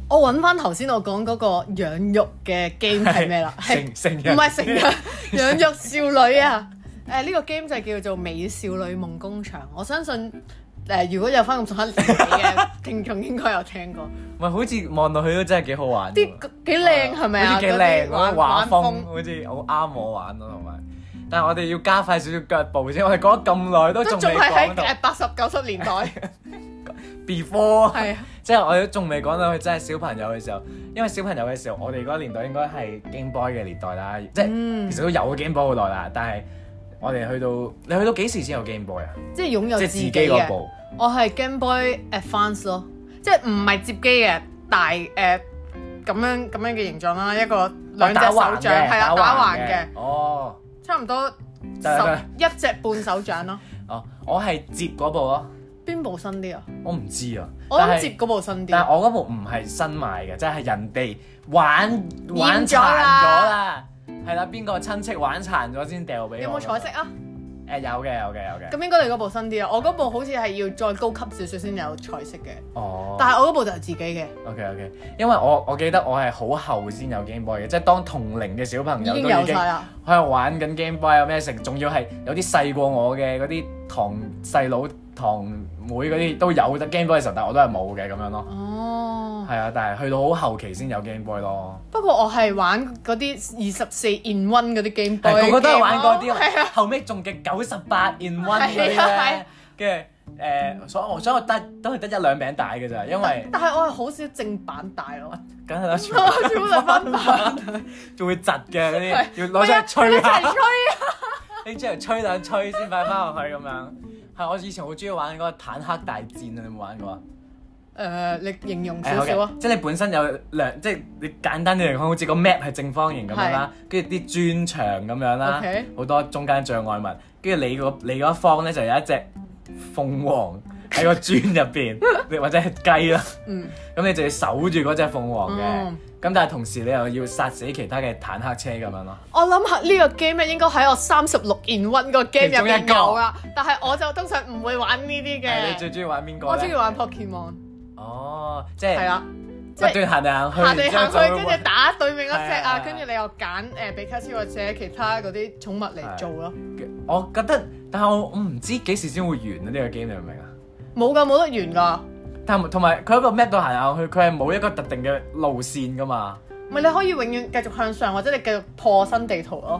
[SPEAKER 2] 我揾翻頭先我講嗰個養育嘅 game 係咩啦？係
[SPEAKER 3] 成成
[SPEAKER 2] 唔
[SPEAKER 3] 人
[SPEAKER 2] 係成日 養育少女啊！誒、呢、個 game 就叫做《美少女夢工場》，我相信誒、如果有翻咁上下年紀嘅聽眾應該有聽過，
[SPEAKER 3] 唔係好似望落去都真係幾好玩
[SPEAKER 2] 啲
[SPEAKER 3] 喎。
[SPEAKER 2] 幾靚係咪啊？
[SPEAKER 3] 好似幾靚，
[SPEAKER 2] 嗰啲
[SPEAKER 3] 嗰啲
[SPEAKER 2] 玩
[SPEAKER 3] 畫
[SPEAKER 2] 玩
[SPEAKER 3] 風
[SPEAKER 2] 風
[SPEAKER 3] 好似好啱我玩咯，同埋。但係我哋要加快少少腳步先，我哋講咗咁耐都
[SPEAKER 2] 都
[SPEAKER 3] 仲
[SPEAKER 2] 仲
[SPEAKER 3] 未
[SPEAKER 2] 係
[SPEAKER 3] 講
[SPEAKER 2] 喺
[SPEAKER 3] 到
[SPEAKER 2] 誒八十九十年代，
[SPEAKER 3] before，
[SPEAKER 2] 係啊
[SPEAKER 3] 即係我哋都仲未講到佢真係小朋友嘅時候，因為小朋友嘅時候，我哋嗰個年代應該係 Game Boy 嘅年代啦，即係
[SPEAKER 2] 嗯
[SPEAKER 3] 其實都有 Game Boy 好耐啦，但係我哋去到你去到幾時先有 Game Boy 啊？
[SPEAKER 2] 即係擁有
[SPEAKER 3] 即
[SPEAKER 2] 自
[SPEAKER 3] 係自
[SPEAKER 2] 己
[SPEAKER 3] 己嗰
[SPEAKER 2] 嘅。
[SPEAKER 3] 部。
[SPEAKER 2] 我係 Game Boy Advance 咯，即係唔係接機嘅大誒咁、樣咁樣嘅形狀啦，一個兩隻手掌係啊打橫嘅。
[SPEAKER 3] 哦，
[SPEAKER 2] 差唔多
[SPEAKER 3] 得啦得啦
[SPEAKER 2] 十一隻半手掌咯。
[SPEAKER 3] 哦，我係接嗰部咯，
[SPEAKER 2] 邊部新啲啊？
[SPEAKER 3] 我唔知啊。
[SPEAKER 2] 我
[SPEAKER 3] 但
[SPEAKER 2] 諗
[SPEAKER 3] 係
[SPEAKER 2] 接嗰部新
[SPEAKER 3] 但
[SPEAKER 2] 啲。
[SPEAKER 3] 係我嗰部唔係新買嘅，即係人哋玩玩殘咗
[SPEAKER 2] 咗啦
[SPEAKER 3] 啦，係啦，邊個親戚玩殘咗先掉俾
[SPEAKER 2] 有
[SPEAKER 3] 我
[SPEAKER 2] 冇
[SPEAKER 3] 㗎嘛。
[SPEAKER 2] 彩色啊？
[SPEAKER 3] 誒有嘅有嘅有嘅。
[SPEAKER 2] 咁應該你嗰部新啲啊。我嗰部好似係要再高級少少先有彩色嘅，
[SPEAKER 3] 哦。
[SPEAKER 2] 但係我嗰部就係自己嘅，
[SPEAKER 3] OK OK，因為我我記得我係好後先有 Game Boy 嘅，即係當同齡嘅小朋
[SPEAKER 2] 已
[SPEAKER 3] 友
[SPEAKER 2] 經
[SPEAKER 3] 都
[SPEAKER 2] 有
[SPEAKER 3] 已
[SPEAKER 2] 晒
[SPEAKER 3] 經
[SPEAKER 2] 啦。
[SPEAKER 3] 喺度玩緊 Game Boy 有咩食，仲要係有啲細過我嘅嗰啲堂細佬堂妹嗰啲都有得 Game Boy 嘅時候，但我都係冇嘅咁樣咯。
[SPEAKER 2] 哦，
[SPEAKER 3] 係啊，但係去到好後期先有 Game Boy 咯。
[SPEAKER 2] 不過我係玩嗰啲二十四 in one 嗰啲 Game 啊
[SPEAKER 3] 係
[SPEAKER 2] Boy，
[SPEAKER 3] 個個都係玩嗰啲啊
[SPEAKER 2] 嘅
[SPEAKER 3] 咯，後尾仲嘅九十八 in one 嗰啲
[SPEAKER 2] 係啊
[SPEAKER 3] 咧，跟住誒，所以我所以我得都係得一兩餅帶嘅咋，因為
[SPEAKER 2] 但係我係好少正版帶咯，
[SPEAKER 3] 梗係啦， 全部
[SPEAKER 2] 我全部都係翻版。
[SPEAKER 3] 仲會窒嘅嗰啲
[SPEAKER 2] 係，
[SPEAKER 3] 要攞出去
[SPEAKER 2] 係
[SPEAKER 3] 吹下。
[SPEAKER 2] 吹啊！
[SPEAKER 3] 你之後吹兩吹先擺翻落去咁樣。係我以前好中意玩嗰個坦克大戰啊，你有冇玩過啊？
[SPEAKER 2] 誒，你形容
[SPEAKER 3] 誒
[SPEAKER 2] 少少啊
[SPEAKER 3] OK，！即係你本身有兩，即係你簡單啲嚟講，好似個 map 係正方形咁樣啦，跟住啲磚牆咁樣啦
[SPEAKER 2] OK，
[SPEAKER 3] 好多中間障礙物，跟住你個你嗰一方咧就有一隻鳳凰喺個磚入邊， 你或者係雞啦，
[SPEAKER 2] 嗯，
[SPEAKER 3] 咁你就要守住嗰只鳳凰嘅，咁、
[SPEAKER 2] 嗯
[SPEAKER 3] 但係同時你又要殺死其他嘅坦克車咁樣咯。
[SPEAKER 2] 我諗下呢個 game 咧，應該喺我三十六 in one 個 game 入
[SPEAKER 3] 其中一
[SPEAKER 2] 邊
[SPEAKER 3] 個
[SPEAKER 2] 有啦。但係我就通常唔會玩呢啲
[SPEAKER 3] 誒，你
[SPEAKER 2] 嘅
[SPEAKER 3] 最，中意玩邊個
[SPEAKER 2] 我中意
[SPEAKER 3] 咧？
[SPEAKER 2] 玩 Pokemon，
[SPEAKER 3] 哦，即
[SPEAKER 2] 係
[SPEAKER 3] 係
[SPEAKER 2] 啦，
[SPEAKER 3] 不
[SPEAKER 2] 即係
[SPEAKER 3] 斷行嚟
[SPEAKER 2] 行
[SPEAKER 3] 行去，
[SPEAKER 2] 嚟行
[SPEAKER 3] 然
[SPEAKER 2] 去，
[SPEAKER 3] 之後就會
[SPEAKER 2] 跟住打對面嗰只
[SPEAKER 3] 係啊係啊
[SPEAKER 2] 啊，跟住你又揀誒比卡超或者其他嗰啲寵物嚟做咯。
[SPEAKER 3] 我覺得，但係我我唔知幾時先會完啊！呢、個 game 你明唔明啊？
[SPEAKER 2] 冇噶，冇得完噶。
[SPEAKER 3] 但係同埋佢喺個 map 度行下去，佢係冇一個特定嘅路線噶嘛。
[SPEAKER 2] 唔係你可以永遠繼續向上，或者你繼續破新地圖咯。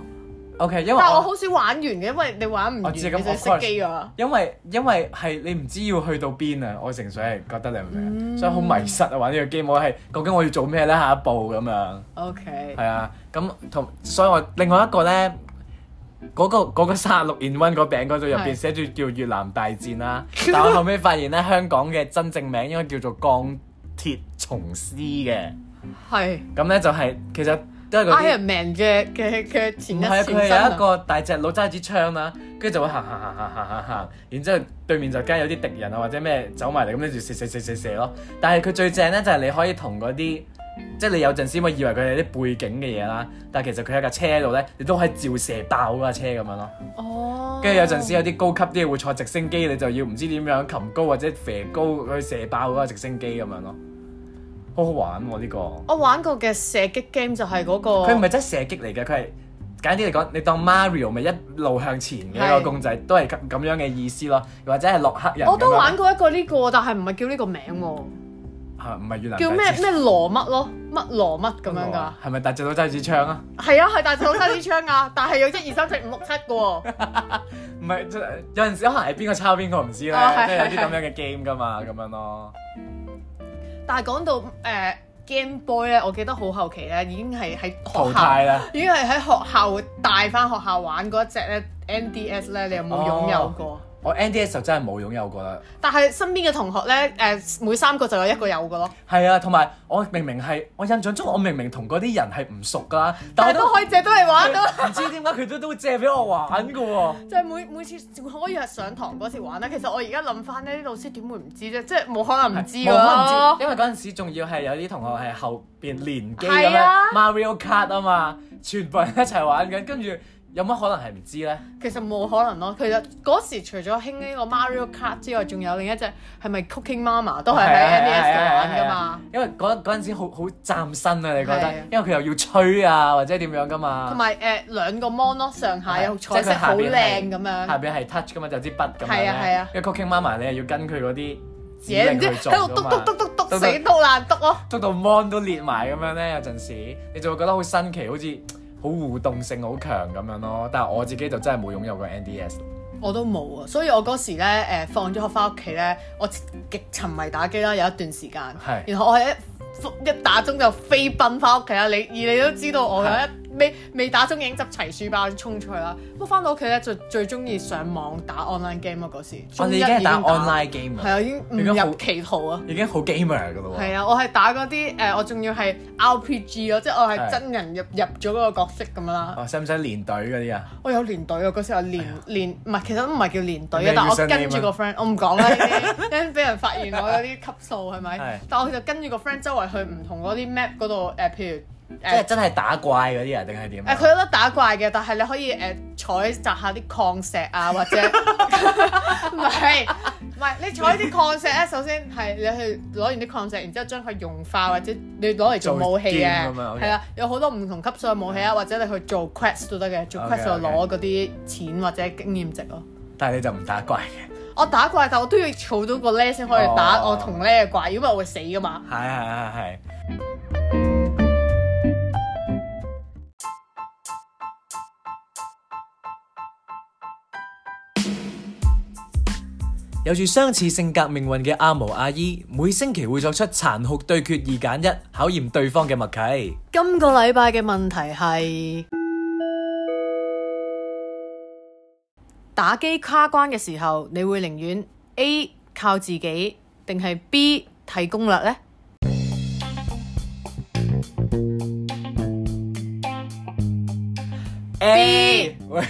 [SPEAKER 3] OK，因為
[SPEAKER 2] 但係我
[SPEAKER 3] 我
[SPEAKER 2] 好少玩完嘅，因為你玩唔
[SPEAKER 3] 我
[SPEAKER 2] 完你
[SPEAKER 3] 知
[SPEAKER 2] 就
[SPEAKER 3] 咁
[SPEAKER 2] 熄機㗎啦。
[SPEAKER 3] 因為因為係你唔知要去到邊啊！我純粹係覺得你明唔
[SPEAKER 2] 嗯
[SPEAKER 3] 明啊？所以好迷失啊！玩呢個 game，我係究竟我要做咩咧？下一步咁樣
[SPEAKER 2] OK，
[SPEAKER 3] 係啊。咁同所以我另外一個咧。嗰、個嗰、個三十六 in one 嗰餅嗰度入邊
[SPEAKER 2] 係
[SPEAKER 3] 寫住叫越南大戰 啦，但我後尾發現咧香港嘅真正名應該叫做鋼鐵蟲師嘅。
[SPEAKER 2] 係
[SPEAKER 3] 咁咧就係、其實都係嗰啲
[SPEAKER 2] Iron，Man 嘅嘅嘅前
[SPEAKER 3] 唔
[SPEAKER 2] 一
[SPEAKER 3] 係
[SPEAKER 2] 前
[SPEAKER 3] 佢係
[SPEAKER 2] 身
[SPEAKER 3] 有
[SPEAKER 2] 啊
[SPEAKER 3] 一個大隻佬揸支槍啦，跟住就會行行行行行行行，然之後對面就梗係有啲敵人啊或者咩走埋嚟，咁你就射射射射射咯。但係佢最正咧就係你可以同嗰啲。即係你有陣時咪以為佢係啲背景嘅嘢啦，但係其實佢喺架車度咧，你都可以照射爆嗰架車咁樣咯。
[SPEAKER 2] 哦，
[SPEAKER 3] 跟住有陣時有啲高級啲嘅會坐直升機，你就要唔知點樣擒高或者射高去射爆嗰架直升機咁樣咯，好好玩喎、呢、個。
[SPEAKER 2] 我玩過嘅射擊 game 就係嗰、個，
[SPEAKER 3] 佢唔係真係射擊嚟嘅，佢係簡單啲嚟講，你當 Mario 咪一路向前嘅一
[SPEAKER 2] 係
[SPEAKER 3] 個公仔，都係咁咁樣嘅意思咯，又或者係洛克人咁樣。啊
[SPEAKER 2] 我都玩過一個呢、個，但係唔係叫呢個名喎，
[SPEAKER 3] 嚇，啊唔係越南
[SPEAKER 2] 叫咩
[SPEAKER 3] 大隻
[SPEAKER 2] 咩羅乜咯，乜羅乜咁
[SPEAKER 3] 嗰個
[SPEAKER 2] 樣㗎
[SPEAKER 3] 啊？係咪大隻佬揸住支槍啊？
[SPEAKER 2] 係啊，係大隻佬揸支槍㗎，啊但係有一二三四五六七嘅 喎。
[SPEAKER 3] 唔係，即係有陣時可能係邊個抄邊個唔知咧，
[SPEAKER 2] 哦係
[SPEAKER 3] 即係有啲
[SPEAKER 2] 係
[SPEAKER 3] 咁樣嘅 game 噶嘛，咁樣咯。
[SPEAKER 2] 但係講到誒、呃 Game Boy 咧，我記得好後期咧已經係喺
[SPEAKER 3] 淘
[SPEAKER 2] 學校，
[SPEAKER 3] 汰啦，
[SPEAKER 2] 已經係喺學校帶翻學校玩嗰一隻咧 NDS 咧，你有冇擁有過？
[SPEAKER 3] 我 NDS 就真係冇擁有過啦。
[SPEAKER 2] 但係身邊嘅同學咧，誒、呃每三個就有一個有嘅咯，
[SPEAKER 3] 係啊，同埋我明明係我印象中，我明明同嗰啲人係唔熟噶啦，但
[SPEAKER 2] 但
[SPEAKER 3] 我
[SPEAKER 2] 係都
[SPEAKER 3] 都
[SPEAKER 2] 可以借到嚟玩到。
[SPEAKER 3] 唔知點解佢都都會借俾我玩噶喎。
[SPEAKER 2] 即係每每次可以係上堂嗰時玩啦。啊其實我而家諗翻呢啲老師點會唔知啫？即係冇可能唔知㗎
[SPEAKER 3] 冇可能
[SPEAKER 2] 咯
[SPEAKER 3] 知，。因為嗰陣時仲要係有啲同學係後邊連機咁
[SPEAKER 2] 係啊
[SPEAKER 3] 樣 Mario Kart 啊嘛，全部人一齊玩緊，跟住有乜可能係唔知咧？
[SPEAKER 2] 其實冇可能咯。其實嗰時除咗興呢個 Mario Kart 之外，仲有另一隻係咪 Cooking Mama 都係喺
[SPEAKER 3] 係啊
[SPEAKER 2] NDS
[SPEAKER 3] 係
[SPEAKER 2] 度
[SPEAKER 3] 啊
[SPEAKER 2] 玩
[SPEAKER 3] 係
[SPEAKER 2] 㗎
[SPEAKER 3] 啊
[SPEAKER 2] 嘛。
[SPEAKER 3] 因為嗰嗰陣時好好嶄新啊，
[SPEAKER 2] 係
[SPEAKER 3] 你覺得
[SPEAKER 2] 啊？
[SPEAKER 3] 因為佢又要吹啊，或者點樣噶
[SPEAKER 2] 同
[SPEAKER 3] 嘛？
[SPEAKER 2] 埋誒兩個 mon 咯，上下有
[SPEAKER 3] 係
[SPEAKER 2] 彩
[SPEAKER 3] 即
[SPEAKER 2] 色
[SPEAKER 3] 係佢下
[SPEAKER 2] 好
[SPEAKER 3] 邊
[SPEAKER 2] 靚
[SPEAKER 3] 係
[SPEAKER 2] 咁樣，
[SPEAKER 3] 下邊係 touch 噶嘛，就有支筆咁樣
[SPEAKER 2] 係啊係
[SPEAKER 3] 咧
[SPEAKER 2] 啊。
[SPEAKER 3] 因為 Cooking Mama 你係要跟佢嗰啲指
[SPEAKER 2] 嘢
[SPEAKER 3] 令
[SPEAKER 2] 唔知
[SPEAKER 3] 去做
[SPEAKER 2] 喺度
[SPEAKER 3] 㗎
[SPEAKER 2] 篤篤
[SPEAKER 3] 嘛。
[SPEAKER 2] 篤篤篤
[SPEAKER 3] 篤
[SPEAKER 2] 死篤爛篤咯。
[SPEAKER 3] 篤到 mon 都裂埋咁樣咧，有陣時你就會覺得好新奇，好似好互動性好強咁樣咯。但係我自己就真係冇擁有過 NDS。
[SPEAKER 2] 我都冇啊，所以我嗰時咧誒、放咗學翻屋企咧，我極沉迷打機啦，有一段時間。
[SPEAKER 3] 係
[SPEAKER 2] 然後我係一一打鐘就飛奔翻屋企啦，你而你都知道我有
[SPEAKER 3] 係
[SPEAKER 2] 一未未打鐘已經執齊書包衝出去啦。不過翻到屋企咧，就最中意上網打 online game 啊咯嗰時。
[SPEAKER 3] 我哋
[SPEAKER 2] 中一
[SPEAKER 3] 哦啊已經係
[SPEAKER 2] 已經
[SPEAKER 3] 打 online game
[SPEAKER 2] 係
[SPEAKER 3] 啦，
[SPEAKER 2] 啊，已經
[SPEAKER 3] 已經
[SPEAKER 2] 誤
[SPEAKER 3] 好
[SPEAKER 2] 入歧途啊！
[SPEAKER 3] 已經好 gamer 噶咯喎。
[SPEAKER 2] 係啊，我係打嗰啲誒，我仲要係 RPG 咯，即係我係
[SPEAKER 3] 係
[SPEAKER 2] 真人入入咗嗰個角色咁樣啦。
[SPEAKER 3] 哦，使唔使連隊嗰啲啊？
[SPEAKER 2] 我有連隊啊！嗰時我連連唔係，其實都唔係叫連隊
[SPEAKER 3] 咩
[SPEAKER 2] 啊，但我
[SPEAKER 3] 叫 surname
[SPEAKER 2] 跟住個 friend，我唔講啦，呢啲 因為俾人發現我有啲級數係
[SPEAKER 3] 係
[SPEAKER 2] 咪？但我就跟住個 friend 周圍去唔同嗰啲 map 嗰度誒，譬如
[SPEAKER 3] 即係
[SPEAKER 2] 誒
[SPEAKER 3] 真係打怪嗰啲啊，定係點啊？
[SPEAKER 2] 誒，佢有得打怪嘅，但係你可以誒採集下啲礦石 啊，或者唔係唔係你採啲礦石咧，首先係你去攞完啲礦石，然之後將佢融化或者你攞嚟做
[SPEAKER 3] 做
[SPEAKER 2] 武器嘅，
[SPEAKER 3] 劍咁樣，OK
[SPEAKER 2] 係啊，有好多唔同級數嘅武器啊，或者你去做 quest 都得嘅，做
[SPEAKER 3] OK，
[SPEAKER 2] quest 就
[SPEAKER 3] OK
[SPEAKER 2] 攞嗰啲錢或者經驗值咯。
[SPEAKER 3] 但係你就唔打怪嘅。
[SPEAKER 2] 我打怪，但我都要儲到個 l 先可以打
[SPEAKER 3] 哦
[SPEAKER 2] 我同 l 嘅怪，如果唔係我會死噶嘛。
[SPEAKER 3] 係係係係。有住相似性格命運嘅阿毛阿姨，每星期會作出殘酷對決二揀一，考驗對方嘅默契。
[SPEAKER 2] 今個禮拜嘅問題係打機卡關嘅時候，你會寧願 A 靠自己，定係 B 睇攻略呢？
[SPEAKER 3] A，喂，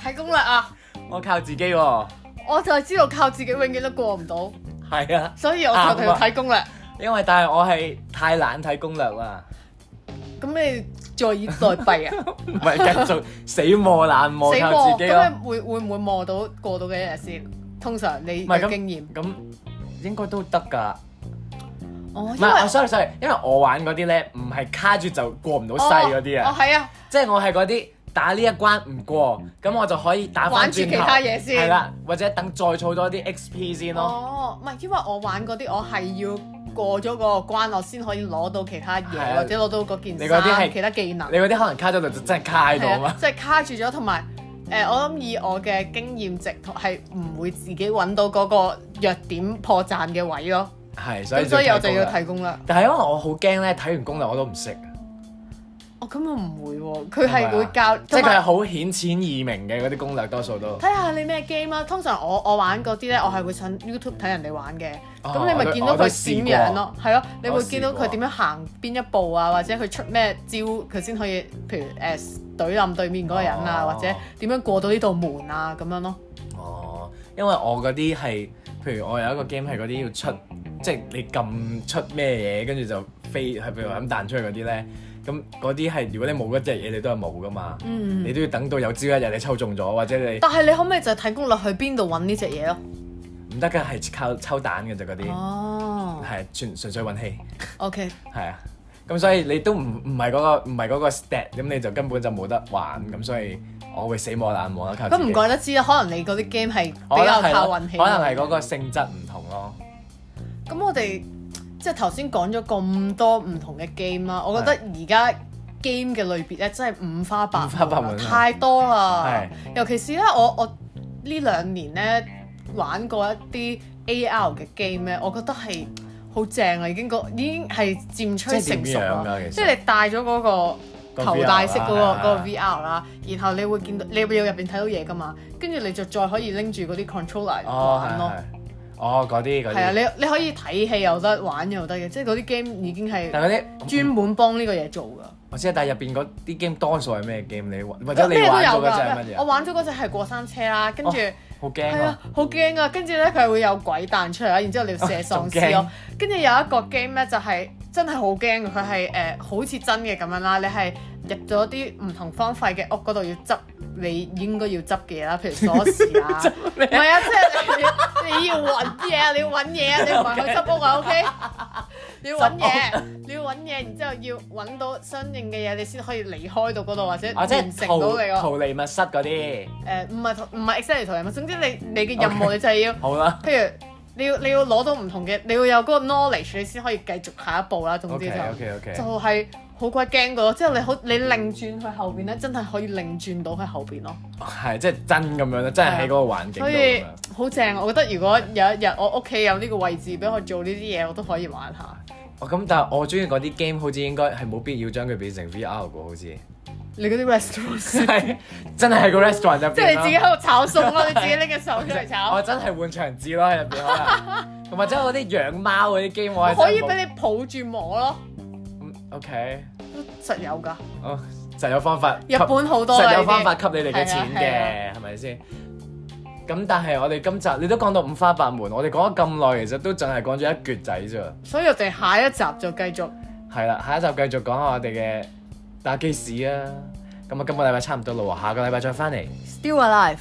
[SPEAKER 2] 睇攻略啊！
[SPEAKER 3] 我靠自己喎，
[SPEAKER 2] 我就係知道靠自己永遠都過唔到，
[SPEAKER 3] 係啊，
[SPEAKER 2] 所以我就定要睇攻略。
[SPEAKER 3] 因為但係我係太懶睇攻略啦。
[SPEAKER 2] 咁你坐以待斃啊！
[SPEAKER 3] 唔係繼續死磨爛磨
[SPEAKER 2] 死
[SPEAKER 3] 靠
[SPEAKER 2] 過，
[SPEAKER 3] 自己啊咯
[SPEAKER 2] 咁。你會會唔會磨到過到嘅一日先？通常你
[SPEAKER 3] 唔係
[SPEAKER 2] 嘅
[SPEAKER 3] 咁
[SPEAKER 2] 經驗，
[SPEAKER 3] 咁應該都得㗎。
[SPEAKER 2] 哦
[SPEAKER 3] 唔
[SPEAKER 2] 因為
[SPEAKER 3] 係，我 sorry sorry，因為我玩嗰啲咧，唔係卡住就過唔到西嗰啲
[SPEAKER 2] 哦哦
[SPEAKER 3] 啊，
[SPEAKER 2] 係啊，
[SPEAKER 3] 即係我係嗰啲打呢一關唔過，咁我就可以打
[SPEAKER 2] 玩
[SPEAKER 3] 翻
[SPEAKER 2] 住
[SPEAKER 3] 轉頭，
[SPEAKER 2] 其他嘢先
[SPEAKER 3] 係啦，或者等再儲多啲 XP 先咯。
[SPEAKER 2] 哦，唔係，因為我玩嗰啲，我係要過咗嗰個關，我先可以攞到其他
[SPEAKER 3] 係
[SPEAKER 2] 嘢，
[SPEAKER 3] 啊
[SPEAKER 2] 或者攞到嗰件
[SPEAKER 3] 你嗰啲係
[SPEAKER 2] 衫、其他技能
[SPEAKER 3] 你，嗰啲可能卡咗就真係卡喺度啊嘛。
[SPEAKER 2] 即係卡住咗，同埋誒，我諗以我嘅經驗值，同係唔會自己揾到嗰個弱點破綻嘅位咯。
[SPEAKER 3] 係，所以
[SPEAKER 2] 啊咁所以我就
[SPEAKER 3] 攻
[SPEAKER 2] 要
[SPEAKER 3] 略
[SPEAKER 2] 提供啦。
[SPEAKER 3] 但係因為我好驚咧，睇完攻略我都唔識，啊
[SPEAKER 2] 哦，咁我唔會喎，佢係
[SPEAKER 3] 係咪
[SPEAKER 2] 會
[SPEAKER 3] 啊
[SPEAKER 2] 教，
[SPEAKER 3] 即係
[SPEAKER 2] 同
[SPEAKER 3] 佢係
[SPEAKER 2] 埋
[SPEAKER 3] 好顯淺易明嘅嗰啲攻略，多數都。
[SPEAKER 2] 睇下你咩 game 啦。通常我我玩嗰啲咧，我係會上 YouTube 睇人哋玩嘅。
[SPEAKER 3] 哦
[SPEAKER 2] 咁你
[SPEAKER 3] 嗯我
[SPEAKER 2] 咪
[SPEAKER 3] 都
[SPEAKER 2] 見到
[SPEAKER 3] 我都
[SPEAKER 2] 佢點
[SPEAKER 3] 試
[SPEAKER 2] 樣
[SPEAKER 3] 過
[SPEAKER 2] 咯，係咯，你
[SPEAKER 3] 我
[SPEAKER 2] 會
[SPEAKER 3] 試
[SPEAKER 2] 見到佢
[SPEAKER 3] 過
[SPEAKER 2] 點樣行邊一步啊，或者佢出咩招，佢先可以，譬如誒懟冧對面嗰個人啊，
[SPEAKER 3] 哦
[SPEAKER 2] 或者點樣過到呢道門啊咁樣咯。
[SPEAKER 3] 哦，因為我嗰啲係，譬如我有一個 game 係嗰啲要出，即係你撳出咩嘢，跟住就飛，係譬如話咁彈出去嗰啲咧。咁嗰啲係如果你冇嗰隻嘢，你都係冇噶嘛。
[SPEAKER 2] 嗯
[SPEAKER 3] 你都要等到有朝一日你抽中咗，或者你
[SPEAKER 2] 但係你可唔可以就係睇攻略去邊度揾呢隻嘢咯？
[SPEAKER 3] 唔得㗎，係靠抽蛋嘅啫嗰啲，
[SPEAKER 2] 哦
[SPEAKER 3] 係純純粹運氣，
[SPEAKER 2] ，OK，
[SPEAKER 3] 係啊。咁所以你都唔唔係嗰個唔係嗰個 stat，咁你就根本就冇得玩。咁所以我會死磨爛磨啦，靠自
[SPEAKER 2] 咁
[SPEAKER 3] 己
[SPEAKER 2] 唔怪得知啦，可能你嗰啲 game 係
[SPEAKER 3] 我
[SPEAKER 2] 比
[SPEAKER 3] 覺得
[SPEAKER 2] 較
[SPEAKER 3] 係
[SPEAKER 2] 靠
[SPEAKER 3] 咯
[SPEAKER 2] 運氣。啊
[SPEAKER 3] 可能係嗰個性質唔同咯。
[SPEAKER 2] 咁我哋即係頭先講咗咁多唔同嘅 game 啦，我覺得而家 game 嘅類別咧真係五花八
[SPEAKER 3] 五花八
[SPEAKER 2] 門
[SPEAKER 3] 門
[SPEAKER 2] 啦
[SPEAKER 3] 啊
[SPEAKER 2] 太多啦
[SPEAKER 3] 係。
[SPEAKER 2] 尤其是咧，我我呢兩年咧玩過一啲 AR 嘅 game 咧，我覺得係好正啊，已經個已經係漸趨
[SPEAKER 3] 即係
[SPEAKER 2] 成
[SPEAKER 3] 點
[SPEAKER 2] 熟
[SPEAKER 3] 樣啊
[SPEAKER 2] 啦
[SPEAKER 3] 㗎。其實
[SPEAKER 2] 即係你戴咗嗰個
[SPEAKER 3] 個
[SPEAKER 2] 頭戴式嗰個
[SPEAKER 3] VR 啊
[SPEAKER 2] 嗰個 VR 啦，然後你會見到你會入邊睇到嘢噶嘛，跟住你就再可以拎住嗰啲 controller 嚟
[SPEAKER 3] 哦，
[SPEAKER 2] 玩
[SPEAKER 3] 係
[SPEAKER 2] 咯。
[SPEAKER 3] 係哦，嗰啲嗰
[SPEAKER 2] 係啊，
[SPEAKER 3] 啲，
[SPEAKER 2] 你你可以睇戲又得，玩又得嘅，即係嗰啲 game 已經係
[SPEAKER 3] 但嗰啲嗯
[SPEAKER 2] 專門幫呢個嘢做㗎。
[SPEAKER 3] 我知啊，但係入邊嗰啲 game 多數係咩 game？你玩或者你
[SPEAKER 2] 咩都
[SPEAKER 3] 玩
[SPEAKER 2] 有
[SPEAKER 3] 咗嗰隻係乜
[SPEAKER 2] 㗎，我
[SPEAKER 3] 嘢？啊
[SPEAKER 2] 玩咗嗰隻係過山車啦，跟住
[SPEAKER 3] 哦好
[SPEAKER 2] 係
[SPEAKER 3] 驚
[SPEAKER 2] 啊
[SPEAKER 3] 啊！，
[SPEAKER 2] 好驚啊！跟住咧佢係會有鬼彈出嚟啦，然之後你要射喪屍
[SPEAKER 3] 仲驚
[SPEAKER 2] 咯。跟住有一個 game 咧就係真係好驚嘅，佢係誒好似真嘅咁樣啦，你係入咗啲唔同荒廢嘅屋嗰度要執你應該要執嘅嘢啦，譬如鎖匙 啊，唔係啊，即係你你要揾嘢啊，你要揾嘢啊，你唔係去執屋啊，OK？你要揾嘢，你要揾嘢，然之後要揾到相應嘅嘢，你先可以離開到嗰度或者
[SPEAKER 3] 啊，
[SPEAKER 2] 完
[SPEAKER 3] 即
[SPEAKER 2] 成
[SPEAKER 3] 係
[SPEAKER 2] 到你
[SPEAKER 3] 逃
[SPEAKER 2] 個嗯
[SPEAKER 3] 逃離密室嗰啲，
[SPEAKER 2] 誒唔係唔係 exactly 同人物，總之你你嘅任
[SPEAKER 3] OK
[SPEAKER 2] 務你就係要。
[SPEAKER 3] 好啦。
[SPEAKER 2] 譬如你要你要攞到唔同嘅，你要有嗰個 knowledge，你先可以繼續下一步啦。總之就
[SPEAKER 3] OK OK OK，
[SPEAKER 2] 就係好鬼驚嘅咯。之後你好你擰轉去後邊咧，真係可以擰轉到去後邊咯。
[SPEAKER 3] 係即係真咁樣啦，真係喺嗰個環境度
[SPEAKER 2] 啊所
[SPEAKER 3] 咁
[SPEAKER 2] 以
[SPEAKER 3] 樣。
[SPEAKER 2] 好正，我覺得如果有一日我屋企有呢個位置俾我做呢啲嘢，我都可以玩下。
[SPEAKER 3] 哦，咁但係我中意嗰啲 game 好似應該係冇必要將佢變成 VR 嘅，好似
[SPEAKER 2] 你嗰啲 restaurant，
[SPEAKER 3] 係真係喺個 restaurant 入邊啦。
[SPEAKER 2] 即係你自己喺度炒餸咯，你自己拎隻手出嚟炒
[SPEAKER 3] 我。真係換場紙咯喺入邊可能，同埋真係嗰啲養貓嗰啲 game 我
[SPEAKER 2] 我
[SPEAKER 3] 係
[SPEAKER 2] 可以
[SPEAKER 3] 真係冇
[SPEAKER 2] 俾你抱住摸咯，
[SPEAKER 3] 嗯 OK，
[SPEAKER 2] 實有㗎。
[SPEAKER 3] 哦，實有方法，
[SPEAKER 2] 日本好多㗎
[SPEAKER 3] 實有
[SPEAKER 2] 呢啲
[SPEAKER 3] 方法給你哋嘅
[SPEAKER 2] 係啊
[SPEAKER 3] 錢嘅，係咪先？咁但係我哋今集你都講到五花八門，我哋講咗咁耐，其實都淨係講咗一橛仔啫。
[SPEAKER 2] 所以我哋下一集就繼續。
[SPEAKER 3] 係啦，下一集繼續講下我哋嘅打機史啊。咁啊，今個禮拜差唔多啦喎，下個禮拜再翻嚟。
[SPEAKER 2] Still alive。